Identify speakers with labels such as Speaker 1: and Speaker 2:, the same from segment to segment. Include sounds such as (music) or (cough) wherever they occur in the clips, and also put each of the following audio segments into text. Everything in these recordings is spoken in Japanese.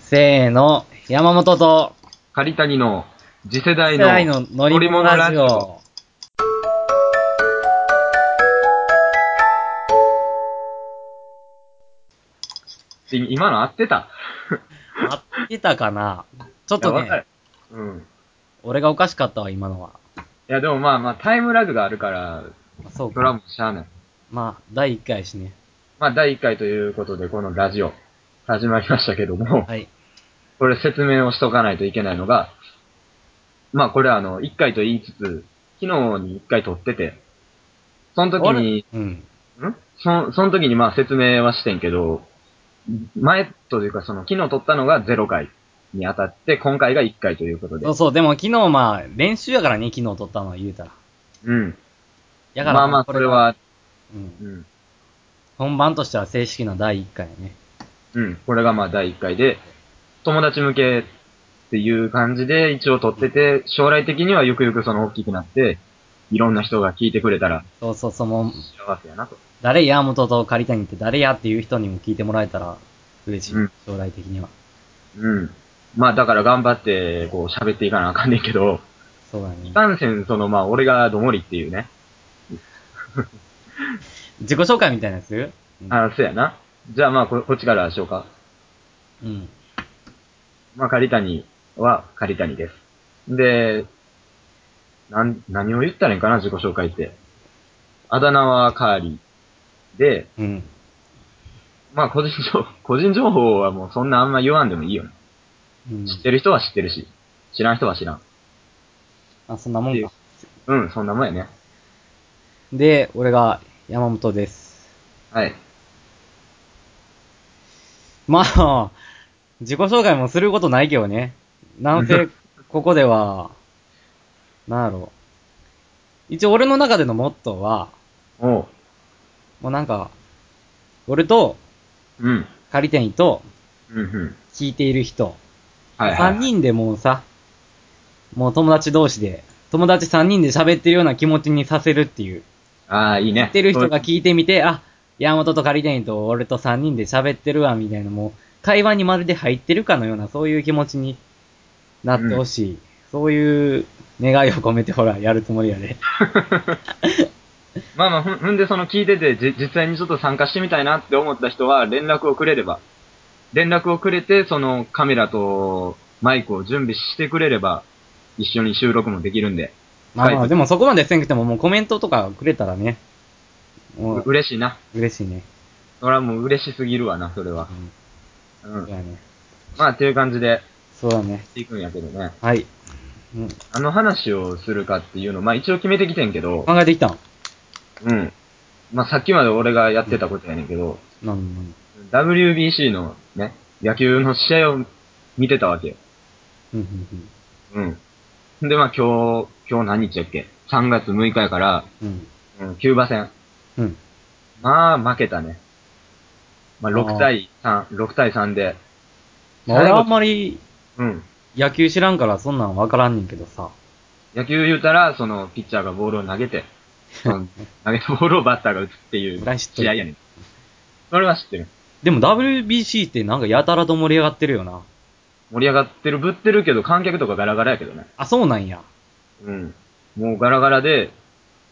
Speaker 1: せーの、山本と、
Speaker 2: 狩谷の次世代
Speaker 1: 世
Speaker 2: の
Speaker 1: 代の乗り物ラジオ。
Speaker 2: で今の合ってた
Speaker 1: 合ってたかなちょっ
Speaker 2: いや
Speaker 1: と
Speaker 2: わ
Speaker 1: ね
Speaker 2: かる、うん。
Speaker 1: 俺がおかしかったわ、今のは。
Speaker 2: いや、でもまあまあ、タイムラグがあるから、
Speaker 1: まあそう
Speaker 2: それは
Speaker 1: か。
Speaker 2: もうしゃあない。
Speaker 1: まあ、第1回やしね。
Speaker 2: まあ、第1回ということで、このラジオ、始まりましたけども、
Speaker 1: はい。
Speaker 2: これ説明をしとかないといけないのが、まあ、これはあの、1回と言いつつ、昨日に1回撮ってて、その時に、
Speaker 1: うん。
Speaker 2: んそその時にまあ説明はしてんけど、前というかその昨日撮ったのが0回に当たって、今回が1回ということで
Speaker 1: そう。そう、でも昨日まあ、練習やからね、昨日撮ったのは言うたら。
Speaker 2: うん。
Speaker 1: やから、
Speaker 2: まあまあ、それ、は、
Speaker 1: うん
Speaker 2: う。ん。
Speaker 1: 本番としては正式な第1回やね。
Speaker 2: うん。これがまあ第1回で、友達向けっていう感じで一応撮ってて、将来的にはゆくゆくその大きくなって、いろんな人が聞いてくれたら
Speaker 1: そうそうそう、もう、
Speaker 2: 幸せやなと。
Speaker 1: 誰山本と借りたいって誰やっていう人にも聞いてもらえたら嬉しい。
Speaker 2: うん
Speaker 1: 将来的には。
Speaker 2: うん。まあだから頑張って、こう喋っていかなあかんねんけど、
Speaker 1: そうだね
Speaker 2: い。かんせんそのまあ俺がどもりっていうね、
Speaker 1: 自己紹介みたいなやつうん
Speaker 2: あ、そうやな。じゃあまあこ、こっちからしようか。
Speaker 1: うん。
Speaker 2: まあ、狩谷は狩谷です。で、なん、何を言ったらいいんかな、自己紹介って。あだ名はカーリー。で、
Speaker 1: うん。
Speaker 2: まあ、個人情 (laughs) 報、個人情報はもうそんなあんま言わんでもいいよ。
Speaker 1: うん。
Speaker 2: 知ってる人は知ってるし、知らん人は知らん。
Speaker 1: あ、そんなもんか。
Speaker 2: うん、そんなもんやね。
Speaker 1: で、俺が山本です。
Speaker 2: はい。
Speaker 1: まあ、自己紹介もすることないけどね。なんせ、ここでは、なんやろう。一応俺の中でのモットーは、
Speaker 2: おう。
Speaker 1: もうなんか、俺と、
Speaker 2: うん。
Speaker 1: 借り手にと、
Speaker 2: うん、うん。
Speaker 1: 聞いている人、
Speaker 2: はい、はい。
Speaker 1: 3人でもうさ、もう友達同士で、友達3人で喋ってるような気持ちにさせるっていう。
Speaker 2: ああ、いいね。
Speaker 1: 聞いてる人が聞いてみて、あ、山本と仮店員と俺と3人で喋ってるわ、みたいな、もう、会話にまるで入ってるかのような、そういう気持ちになってほしい。そういう願いを込めて、ほら、やるつもりやで。
Speaker 2: まあまあ、ふんふんでその聞いてて、じ、実際にちょっと参加してみたいなって思った人は連絡をくれれば、連絡をくれて、そのカメラとマイクを準備してくれれば、一緒に収録もできるんで、
Speaker 1: まあま
Speaker 2: は
Speaker 1: あ、
Speaker 2: い
Speaker 1: でもそこまでせんくても、もうコメントとかくれたらね、
Speaker 2: う
Speaker 1: もう、
Speaker 2: 嬉しいな。
Speaker 1: 嬉しいね。
Speaker 2: それはもう嬉しすぎるわな、それは
Speaker 1: う。ん、
Speaker 2: う
Speaker 1: そうだ
Speaker 2: ん。
Speaker 1: ね。
Speaker 2: まあ、っていう感じで、
Speaker 1: そうだね。
Speaker 2: していくんやけどね。
Speaker 1: はい。うん、
Speaker 2: あの話をするかっていうの、まあ一応決めてきてんけど、
Speaker 1: 考えてきたん
Speaker 2: うん。まあさっきまで俺がやってたことやねんけど、
Speaker 1: なんなん
Speaker 2: WBC のね、野球の試合を見てたわけよ。
Speaker 1: うんうん
Speaker 2: うん。で、まあ今日、今日何日やっけ ?3 月6日やから、
Speaker 1: うん。うん。
Speaker 2: うん、キューバ戦。
Speaker 1: うん。
Speaker 2: まあ、負けたね。まあ、
Speaker 1: あー
Speaker 2: 6対3、6対3で。
Speaker 1: まあ、俺
Speaker 2: 最後
Speaker 1: あんまり
Speaker 2: うん。
Speaker 1: 野球知らんからそんなんわからんねんけどさ。
Speaker 2: 野球言うたら、その、ピッチャーがボールを投げて、そ (laughs) の投げたボールをバッターが打つっていう
Speaker 1: 俺は知っとる
Speaker 2: 試合やねん。それは知ってる。
Speaker 1: でも WBC ってなんかやたらと盛り上がってるよな。
Speaker 2: 盛り上がってる、ぶってるけど、観客とかガラガラやけどね。
Speaker 1: あ、そうなんや。
Speaker 2: うん。もうガラガラで、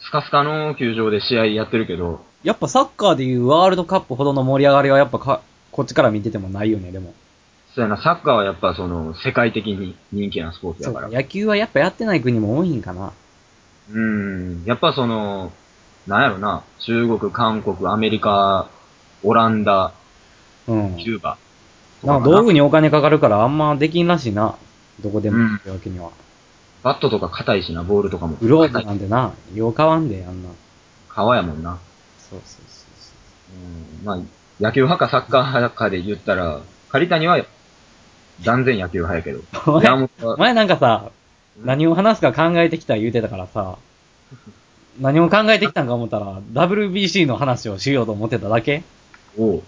Speaker 2: スカスカの球場で試合やってるけど、
Speaker 1: やっぱサッカーでいうワールドカップほどの盛り上がりはやっぱか、こっちから見ててもないよね、でも。
Speaker 2: そうやな、サッカーはやっぱその、世界的に人気なスポーツ
Speaker 1: そ
Speaker 2: や
Speaker 1: う
Speaker 2: から
Speaker 1: か、。野球はやっぱやってない国も多いんかな。
Speaker 2: うーん、やっぱその、なんやろな、中国、韓国、アメリカ、オランダ、
Speaker 1: うん。
Speaker 2: キューバ。
Speaker 1: なんか道具にお金かかるからあんまできんらしいな。どこで
Speaker 2: うん
Speaker 1: もってわけには。
Speaker 2: バットとか硬いしな、ボールとかも。
Speaker 1: グローブ
Speaker 2: 硬い
Speaker 1: なんてな、よう買わんで、あんな。
Speaker 2: 革やもんな。
Speaker 1: そうそうそうそ
Speaker 2: うん、まあ、野球派かサッカー派かで言ったら、狩谷は断然野球派やけど。
Speaker 1: う。 (laughs) お前
Speaker 2: 山本は
Speaker 1: 前なんかさ、
Speaker 2: うん
Speaker 1: 何を話すか考えてきた言うてたから (laughs) さ、何を考えてきたんか思ったら、WBC の話をしようと思ってただけ
Speaker 2: おう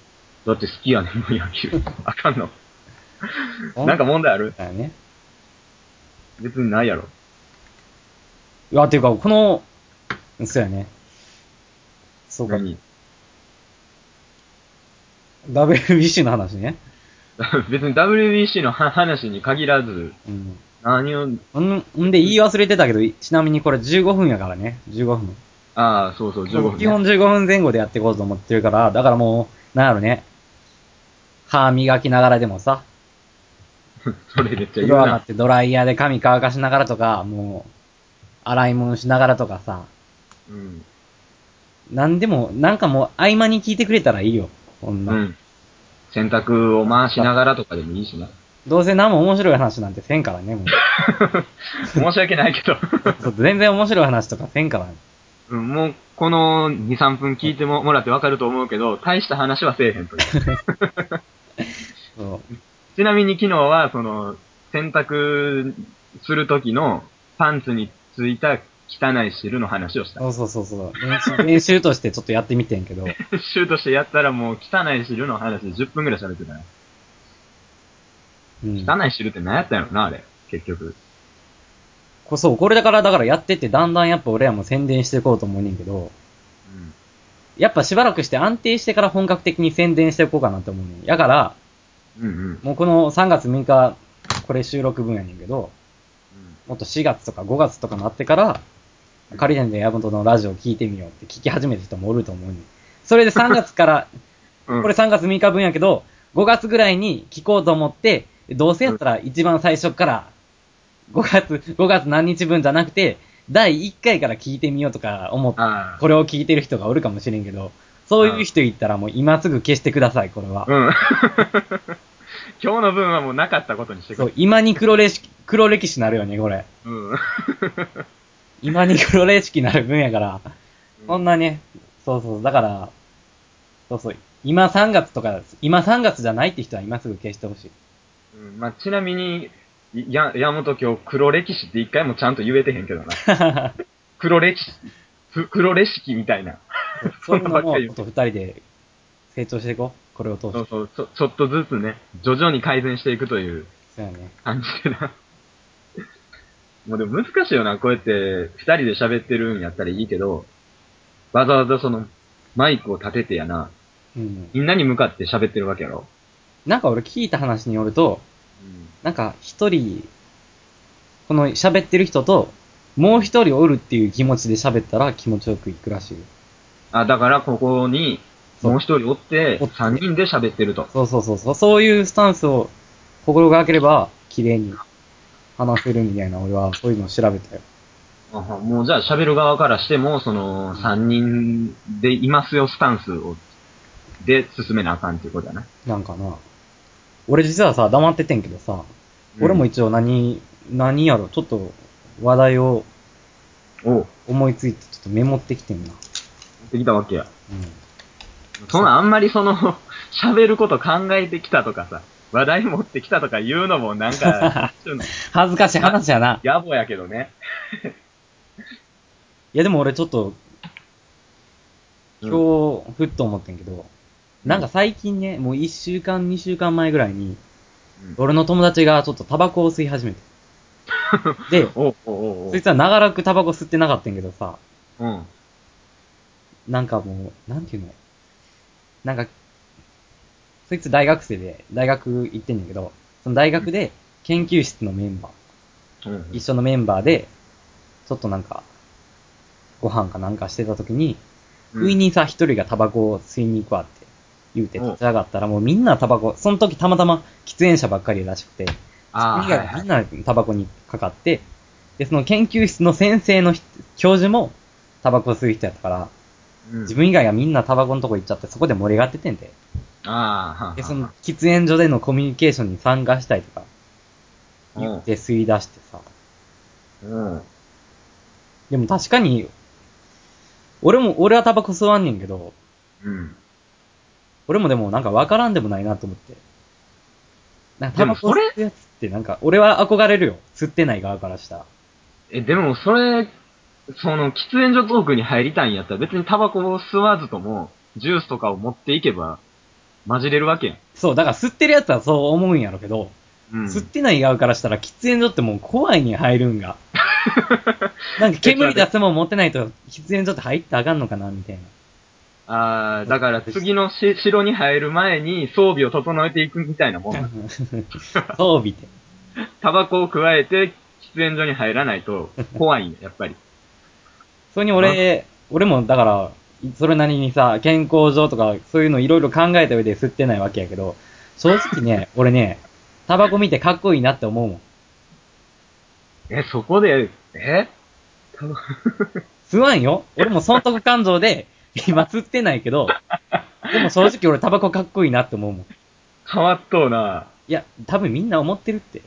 Speaker 2: だって好きやねん、もう野
Speaker 1: (laughs)
Speaker 2: 球。あかんの。なんか問題ある
Speaker 1: だよね。
Speaker 2: 別にないやろ。
Speaker 1: いや、ていうか、この、そうやね。そうか。
Speaker 2: 何
Speaker 1: WBC の話ね。
Speaker 2: 別に WBC の話に限らず、
Speaker 1: うん。
Speaker 2: 何を、
Speaker 1: うん、んで言い忘れてたけど、いちなみにこれ15分やからね。15分。
Speaker 2: ああ、そうそう、15分、ね。
Speaker 1: 基本15分前後でやっていこうと思ってるから、だからもう、なんやろね。歯磨きながらでもさ、
Speaker 2: それめっち
Speaker 1: 風
Speaker 2: ゃ言う
Speaker 1: 呂上がっ
Speaker 2: な。
Speaker 1: てドライヤーで髪乾かしながらとか、もう、洗い物しながらとかさ、
Speaker 2: うん。
Speaker 1: なんでも、なんかもう合間に聞いてくれたらいいよ。こんな。
Speaker 2: うん。洗濯を回しながらとかでもいいしな。
Speaker 1: どうせ何も面白い話なんてせんからね、もう。 (laughs)
Speaker 2: 申し訳ないけど。
Speaker 1: ちょっと全然面白い話とかせんから、
Speaker 2: (laughs) うん、もう、この2、3分聞いてももらってわかると思うけど、大した話はせえへん (laughs) という。
Speaker 1: そう。
Speaker 2: ちなみに昨日は、その、洗濯する時のパンツについた汚い汁の話をした。
Speaker 1: そうそうそうそう。練習、練習としてちょっとやってみてんけど。
Speaker 2: シュートしてやったらもう汚い汁の話10分ぐらい喋ってたよ。
Speaker 1: うん。
Speaker 2: 汚い汁って何やったんやろな、あれ。結局。
Speaker 1: こそう、これだから、だからやってってだんだんやっぱ俺らも宣伝していこうと思うねんけど、
Speaker 2: うん。
Speaker 1: やっぱしばらくして安定してから本格的に宣伝していこうかなと思うねん。やから、
Speaker 2: うんうん。うん
Speaker 1: もうこの3月6日、これ収録分やねんけど、もっと4月とか5月とかなってから、仮で山本のラジオ聞いてみようって聞き始めた人もおると思うねん。それで3月から、
Speaker 2: うん。
Speaker 1: これ3月6日分やけど、5月ぐらいに聞こうと思って、どうせやったら一番最初から、5月、5月何日分じゃなくて、第1回から聞いてみようとか思って、
Speaker 2: ああ。
Speaker 1: これを聞いてる人がおるかもしれんけど、そういう人いったらもう今すぐ消してください、これは。
Speaker 2: (laughs) うん。今日の分はもうなかったことにしてく
Speaker 1: そ
Speaker 2: れ
Speaker 1: う、。今に黒歴史、黒歴史になるよね、これ。
Speaker 2: うん。
Speaker 1: 今に黒歴史になる分やから、こんなね、そうそう、だから、そうそう、今3月とか、今3月じゃないって人は今すぐ消してほしい。
Speaker 2: うんまあ、ちなみに、いや、山本今日黒歴史って一回もちゃんと言えてへんけどな。 (laughs) 黒歴史、ふ黒レシピみたいな。
Speaker 1: そういうのも、ちょっと二人で成長していこう。これを通して。
Speaker 2: そ
Speaker 1: そう
Speaker 2: そう、ちょちょっとずつね、徐々に改善していくという
Speaker 1: うやね。
Speaker 2: 感じでな。 (laughs) もうでも難しいよな、こうやって二人で喋ってるんやったらいいけど、わざわざその、マイクを立ててやな、
Speaker 1: うん。
Speaker 2: みんなに向かって喋ってるわけやろ。
Speaker 1: なんか俺聞いた話によると、
Speaker 2: うん。
Speaker 1: なんか一人、この喋ってる人と、もう一人おるっていう気持ちで喋ったら気持ちよくいくらしいよ。
Speaker 2: あ、だからここに、もう一人おって
Speaker 1: おって、
Speaker 2: 三人で喋ってると。
Speaker 1: そうそうそうそう。そういうスタンスを心がければ、綺麗に話せるみたいな、俺はそういうのを調べたよ。
Speaker 2: あはもうじゃあ喋る側からしても、その、三人でいますよスタンスを、で進めなあかんっていうことだな。
Speaker 1: なんかな。俺実はさ、黙っててんけどさ、俺も一応何、何やろ、ちょっと話題を
Speaker 2: おう、
Speaker 1: 思いついてちょっとメモってきてんな。
Speaker 2: 持ってきたわけや。
Speaker 1: う
Speaker 2: そんなんあんまりその、 (laughs) 喋ること考えてきたとかさ、話題持ってきたとか言うのもな
Speaker 1: (laughs)
Speaker 2: んか、ちょっと
Speaker 1: ん。 (laughs) 恥ずかしい話やな。
Speaker 2: 野暮やけどね。
Speaker 1: いやでも俺ちょっと、
Speaker 2: う
Speaker 1: 今
Speaker 2: ん
Speaker 1: 日、ふっと思ってんけど、なんか最近ね、もう一週間、二週間前ぐらいに、
Speaker 2: うん
Speaker 1: 俺の友達がちょっとタバコを吸い (laughs) 始めて。で、
Speaker 2: おうおうおうおう
Speaker 1: そいつは長らくタバコ吸ってなかったんやけどさ、
Speaker 2: うん。
Speaker 1: なんかもう、なんていうのなんか、そいつ大学生で、大学行ってんねんけど、その大学で研究室のメンバー、
Speaker 2: うん
Speaker 1: 一緒のメンバーで、ちょっとなんか、ご飯かなんかしてた時に、不意。にさ、一人がタバコを吸いに行くわって言うて
Speaker 2: うん
Speaker 1: 立ち上がったら、もうみんなタバコ、その時たまたま喫煙者ばっかりらしくて、
Speaker 2: ああ、
Speaker 1: みん
Speaker 2: はい
Speaker 1: な
Speaker 2: はい
Speaker 1: みんなタバコにかかって、で、その研究室の先生の人教授もタバコ吸う人やったから、
Speaker 2: うん
Speaker 1: 自分以外はみんなタバコのとこ行っちゃって、そこで盛り上がっててんで。
Speaker 2: ああ、はあ
Speaker 1: で、その喫煙所でのコミュニケーションに参加したりとか、言って吸い出してさ。
Speaker 2: うん。うん
Speaker 1: でも確かに、俺も、俺はタバコ吸わんねんけど、
Speaker 2: うん。
Speaker 1: 俺もでもなんか分からんでもないなと思って。なんかタバコ
Speaker 2: でもそれ
Speaker 1: 吸うやつってなんか、俺は憧れるよ。吸ってない側からしたら。
Speaker 2: え、でもそれ、その、喫煙所トークに入りたいんやったら別にタバコを吸わずとも、ジュースとかを持っていけば、混じれるわけやん。
Speaker 1: そう、だから吸ってるやつはそう思うんやろけど、
Speaker 2: うん。
Speaker 1: 吸ってない側からしたら喫煙所ってもう怖いに入るん
Speaker 2: (laughs)
Speaker 1: が。なんか煙出すもん持ってないと喫煙所って入ってあかんのかなみたいな。
Speaker 2: あー、だから次のし城に入る前に装備を整えていくみたいなもん。
Speaker 1: 装備って。
Speaker 2: タバコを加えて喫煙所に入らないと怖いんよやっぱり。
Speaker 1: それに俺、俺もだから、それなりにさ、健康上とか、そういうのいろいろ考えた上で吸ってないわけやけど、正直 (laughs) ね、俺ね、タバコ見てかっこいいなって思うもん。
Speaker 2: え、そこで、え
Speaker 1: 吸わんよ俺も損得感情で、今吸ってないけど、でも正直俺タバコかっこいいなって思うもん。
Speaker 2: 変わっとうな。
Speaker 1: いや、多分みんな思ってるって。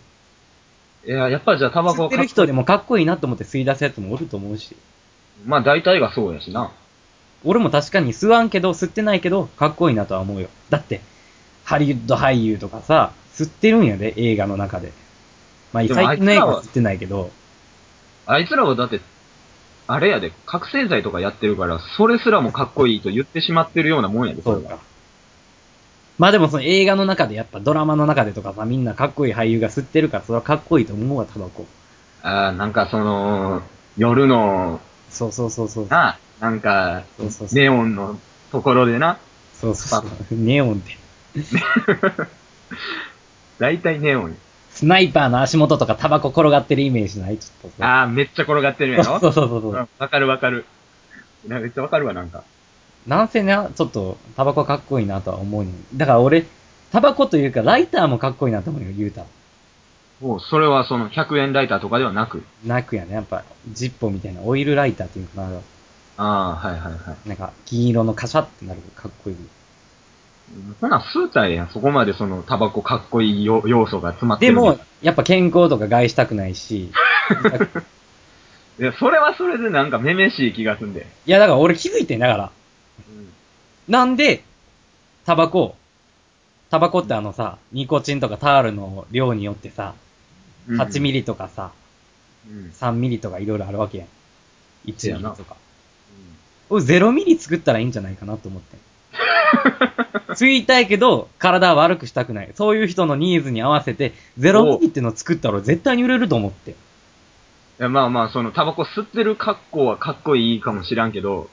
Speaker 2: いや、やっぱじゃあタバコ
Speaker 1: 吸
Speaker 2: を
Speaker 1: ってる人でもかっこいいなと思って吸い出すやつもおると思うし。
Speaker 2: まあ大体がそうやしな。
Speaker 1: 俺も確かに吸わんけど、吸ってないけど、かっこいいなとは思うよ。だって、ハリウッド俳優とかさ、吸ってるんやで、映画の中で。まあ、
Speaker 2: でも
Speaker 1: 最近の映
Speaker 2: あいつ
Speaker 1: 画
Speaker 2: らは
Speaker 1: 吸ってないけど、
Speaker 2: あいつらはだって、あれやで、覚醒剤とかやってるから、それすらもかっこいいと言ってしまってるようなもんやで、
Speaker 1: そうか。まあでもその映画の中で、やっぱドラマの中でとかさ、みんなかっこいい俳優が吸ってるから、それはかっこいいと思うわ、タバコ。
Speaker 2: ああ、なんかその、夜の、
Speaker 1: そうそうそうそう。
Speaker 2: な、なんか
Speaker 1: そうそう、そう
Speaker 2: ネオンのところでな、
Speaker 1: そうそうそう。ネオンって。
Speaker 2: だいたいネオン。
Speaker 1: スナイパーの足元とかタバコ転がってるイメージないちょっとさ。
Speaker 2: ああ、めっちゃ転がってるやろ
Speaker 1: そうそうそうそう。
Speaker 2: うんわかるわかる。なめっちゃわかるわ、なんか。
Speaker 1: なんせな、ちょっと、タバコかっこいいなとは思うに。だから俺、タバコというか、ライターもかっこいいなと思うよ、言うたら。
Speaker 2: もう、それはその100円ライターとかではなく。
Speaker 1: なくやね、やっぱ、ジッポーみたいな、オイルライターっていうのかな。
Speaker 2: ああ、はいはいはい。
Speaker 1: なんか、銀色のカシャってなるかっこいい。
Speaker 2: ほな、スーターやん。そこまでその、タバコかっこいいよ要素が詰まって
Speaker 1: で
Speaker 2: る。
Speaker 1: も、、やっぱ健康とか害したくない
Speaker 2: (laughs)
Speaker 1: し。
Speaker 2: いや、それはそれでなんか、めめしい気がすんで。
Speaker 1: いや、だから俺気づいてんだから。なんで、タバコ、タバコってあのさ、ニコチンとかタールの量によってさ、
Speaker 2: うん
Speaker 1: 8ミリとかさ、
Speaker 2: うんうん
Speaker 1: 3ミリとかいろいろあるわけやん。1ミリと
Speaker 2: そう
Speaker 1: か。俺ゼロミリ作ったらいいんじゃないかなと思って。吸いたいけど、体は悪くしたくない。そういう人のニーズに合わせて、ゼロミリってのを作ったら俺絶対に売れると思って。
Speaker 2: いや、まあまあ、その、タバコ吸ってる格好はかっこいいかもしらんけど、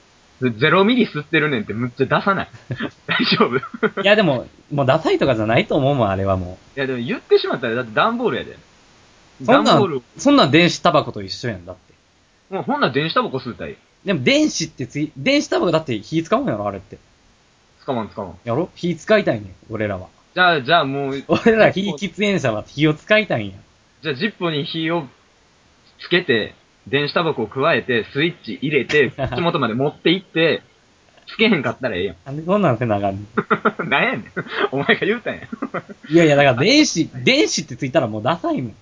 Speaker 2: ゼロミリ吸ってるねんってむっちゃ
Speaker 1: (laughs)
Speaker 2: 出さない。大丈夫い
Speaker 1: いやでも、もうダサいとかじゃないと思うもん、あれはも
Speaker 2: や、でも言ってしまったら、だって段ボールやで。
Speaker 1: う。そん
Speaker 2: 段
Speaker 1: な
Speaker 2: ボール
Speaker 1: ん、、そんなん電子タバコと一緒やんだって。
Speaker 2: もうほんなら電子タバコ吸ったらいい。
Speaker 1: でも電子ってつい、電子タバコだって火使うんやろ、あれって。
Speaker 2: 捕まん捕まん。
Speaker 1: やろ火使いたいねん、俺らは。
Speaker 2: じゃあ、じゃあもう、じ
Speaker 1: 俺ら火喫煙者は火を使いたいんや。
Speaker 2: ゃあジッポに火をつけて、電子タバコを加えて、スイッチ入れて、口元まで持って行って、つけへんかったらええや
Speaker 1: なんでそんなんせなあかんねん。
Speaker 2: ん。 (laughs) なんやねん。お前が言うたんや。
Speaker 1: いやいや、だから電子、電子ってついたらもうダサいもん。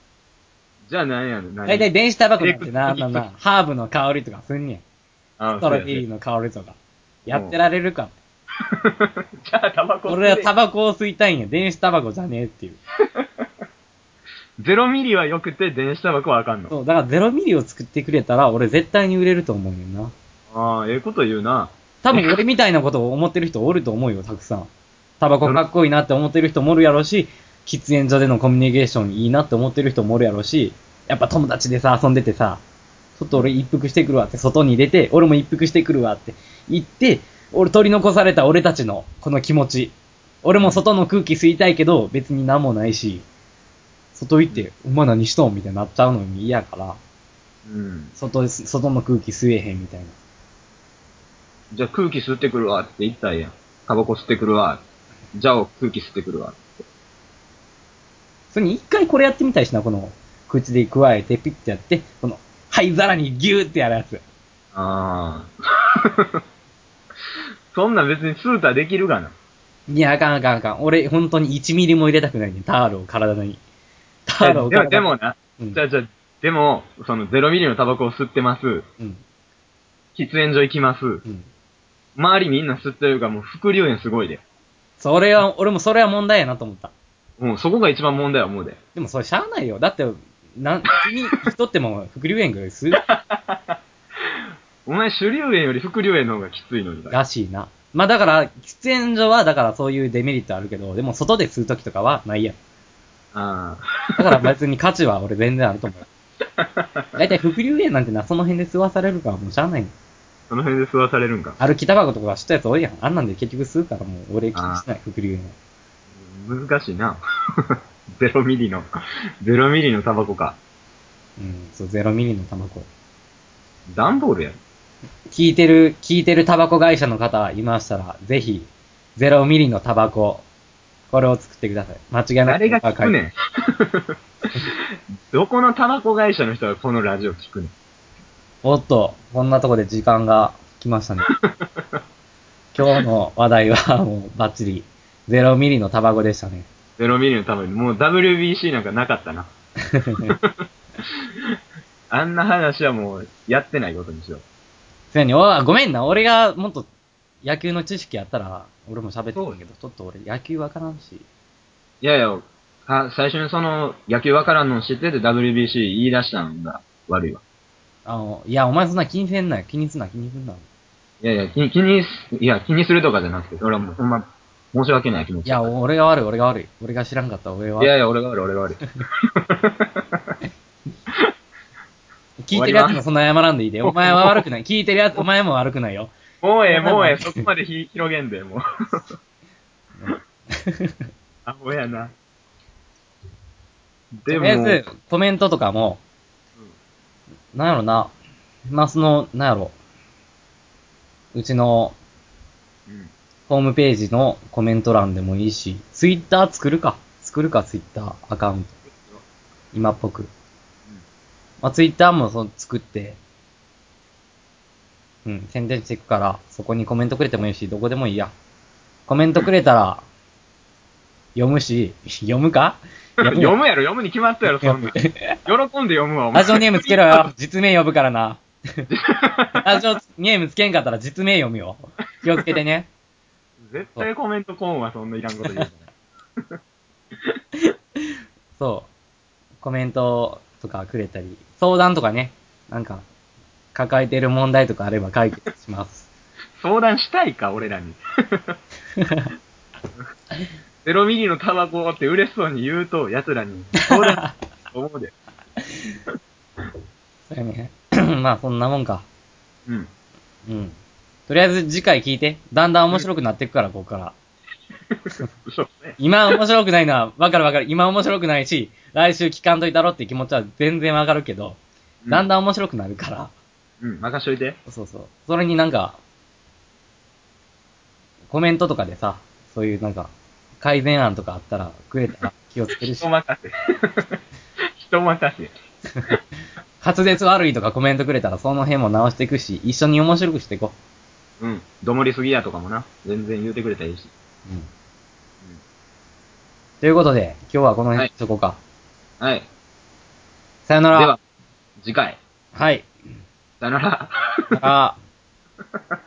Speaker 2: じゃあなんやねん。何
Speaker 1: 大体電子タバコなんてな、
Speaker 2: エレクト
Speaker 1: な
Speaker 2: リッ
Speaker 1: ん
Speaker 2: ク
Speaker 1: な、ハーブの香りとかすんねん。
Speaker 2: あ
Speaker 1: スト
Speaker 2: そうや
Speaker 1: ロ
Speaker 2: そ
Speaker 1: ベ
Speaker 2: うや
Speaker 1: リーの香りとか。やってられるか。
Speaker 2: じゃあタバコ吸え
Speaker 1: 俺はタバコを吸いたいんや。電子タバコじゃねえっていう。
Speaker 2: ゼロミリは良くて、電子タバコはあかんの。
Speaker 1: そう、だからゼロミリを作ってくれたら、俺絶対に売れると思うねんな。
Speaker 2: ああ、ええこと言うな。
Speaker 1: 多分俺みたいなことを思ってる人おると思うよ、たくさん。タバコかっこいいなって思ってる人もおるやろし、喫煙所でのコミュニケーションいいなって思ってる人もおるやろし、やっぱ友達でさ、遊んでてさ、ちょっと俺一服してくるわって、外に出て、俺も一服してくるわって言って、俺取り残された俺たちのこの気持ち。俺も外の空気吸いたいけど、別に何もないし、外行って、お前何しとんみたいになっちゃうのも嫌やから、
Speaker 2: うん。
Speaker 1: 外、外の空気吸えへんみたいな。
Speaker 2: じゃあ空気吸ってくるわって言ったらええやん。タバコ吸ってくるわ。じゃあ空気吸ってくるわ。
Speaker 1: それに一回これやってみたいしな、この、口で加えてピッてやって、この、灰皿にギューってやるやつ。
Speaker 2: ああ。 (laughs) そんなん別に吸うたらできるがな。
Speaker 1: いや、あかんあかんあかん。俺、本当に1ミリも入れたくないね。タールを体に。タールを
Speaker 2: で
Speaker 1: 体
Speaker 2: も、
Speaker 1: に。
Speaker 2: でもな。
Speaker 1: うん
Speaker 2: じゃあじゃあ、でも、そのゼロミリのタバコを吸ってます。
Speaker 1: うん。
Speaker 2: 喫煙所行きます。
Speaker 1: うん。
Speaker 2: 周りみんな吸ってるからもう副流煙すごいで。
Speaker 1: それは、俺もそれは問題やなと思った。
Speaker 2: もうそこが一番問題は思うで。
Speaker 1: でもそれしゃあないよ。だって、なん、君、人ってもう、副流炎ぐらいする
Speaker 2: お前主流炎より副流炎の方がきついのにだ。
Speaker 1: らしいな。まあだから、喫煙所は、だからそういうデメリットあるけど、でも外で吸うときとかはないやん。
Speaker 2: ああ。
Speaker 1: だから別に価値は
Speaker 2: (laughs)
Speaker 1: 俺全然あると思う。だいたい副流炎なんてな、その辺で吸わされるからもうしゃあないの
Speaker 2: その辺で吸わされるんか。
Speaker 1: 歩きタバコとか吸ったやつ多いやん。あんなんで結局吸うからもう俺気にしない、副流の。
Speaker 2: 難しいな。 (laughs) ゼロミリの、ゼロミリのタバコか。
Speaker 1: うん、そう、ゼロミリのタバコ。
Speaker 2: 段ボールやん。
Speaker 1: 聞いてる、聞いてるタバコ会社の方いましたら、ぜひ、ゼロミリのタバコ、これを作ってください。間違いなく
Speaker 2: 誰が聞くね
Speaker 1: 書いて
Speaker 2: ん。どこのタバコ会社の人がこのラジオ聞くねん。
Speaker 1: おっと、こんなとこで時間が来ま
Speaker 2: (laughs)
Speaker 1: したね。今日の話題はもうバッチリ、ゼロミリのタバコでしたね。
Speaker 2: ゼロミリのために、もう WBC なんかなかったな。あんな話はもうやってないことにしよう。
Speaker 1: せやに、おいごめんな、俺がもっと野球の知識やったら、俺も喋ってたけど、ちょっと俺野球わからんし。
Speaker 2: いやいや、あ最初にその野球わからんの知ってて WBC 言い出したのが悪いわ。
Speaker 1: あの、いや、お前そんな気にせんなよ。気にすんな、気にすんな。い
Speaker 2: いやいや、気に、気にす、いや、気にするとかじゃなくて、俺はもうほんま、申し訳ない気持ち。。
Speaker 1: や、お俺が悪い、俺が悪い。俺が知らんかった、俺はい
Speaker 2: やいや、俺が悪い、俺が悪い。
Speaker 1: 聞いてるやつもそんな謝らんでいいで。お前は悪くない。聞いてるやつ、お前も悪くないよ。
Speaker 2: もうええ、もうええ、そこまでひ広げんで、もう。
Speaker 1: (laughs)
Speaker 2: アホやな。で
Speaker 1: とりあ
Speaker 2: も、
Speaker 1: えず、コメントとかも、なんやろな、まあ、その、なんやろ、うちの
Speaker 2: うん
Speaker 1: ホームページのコメント欄でもいいし、ツイッター作るか。作るか、ツイッターアカウント。今っぽく。まあ、ツイッターもそう作って、うん、宣伝していくから、そこにコメントくれてもいいし、どこでもいいや。コメントくれたら、読むし、 (laughs) 読むか
Speaker 2: 読むやろ、読むに決まったやろ、
Speaker 1: (laughs)
Speaker 2: そんなん。喜んで読むわ、お前
Speaker 1: ラジオネームつけろよ。実名呼ぶからな。ラジオネームつけんかったら実名読むよ。気をつけてね。
Speaker 2: 絶対コメントコーンはそんないらんこと言うから。
Speaker 1: そう。コメントとかくれたり、相談とかね、なんか、抱えてる問題とかあれば解決します。
Speaker 2: 相談したいか、俺
Speaker 1: (laughs)
Speaker 2: らに。ゼロミリのタバコって嬉しそうに言うと、奴らに相談思
Speaker 1: (laughs)
Speaker 2: うで。
Speaker 1: そうやね。 (clears throat) まあ、そんなもんか。
Speaker 2: うん。
Speaker 1: うん。とりあえず次回聞いて。だんだん面白くなっていくから、ここから。
Speaker 2: そうね。
Speaker 1: 今面白くないのは、わかるわかる。今面白くないし、来週聞かんといたろって気持ちは全然わかるけど、だんだん面白くなるから。
Speaker 2: うん、任しといて。
Speaker 1: そうそう。それになんか、コメントとかでさ、そういうなんか、改善案とかあったら、くれたら気をつけるし
Speaker 2: 人、任せ。人任せ。
Speaker 1: 滑舌悪いとかコメントくれたら、その辺も直していくし、一緒に面白くしていこ
Speaker 2: うん。どもりすぎやとかもな。全然言うてくれたらいいし。
Speaker 1: う。うん。ということで、今日はこの辺にしとこうか。
Speaker 2: はい。
Speaker 1: さよな
Speaker 2: で
Speaker 1: ら。
Speaker 2: は、次回。
Speaker 1: はい。
Speaker 2: さよなら。
Speaker 1: さよなら。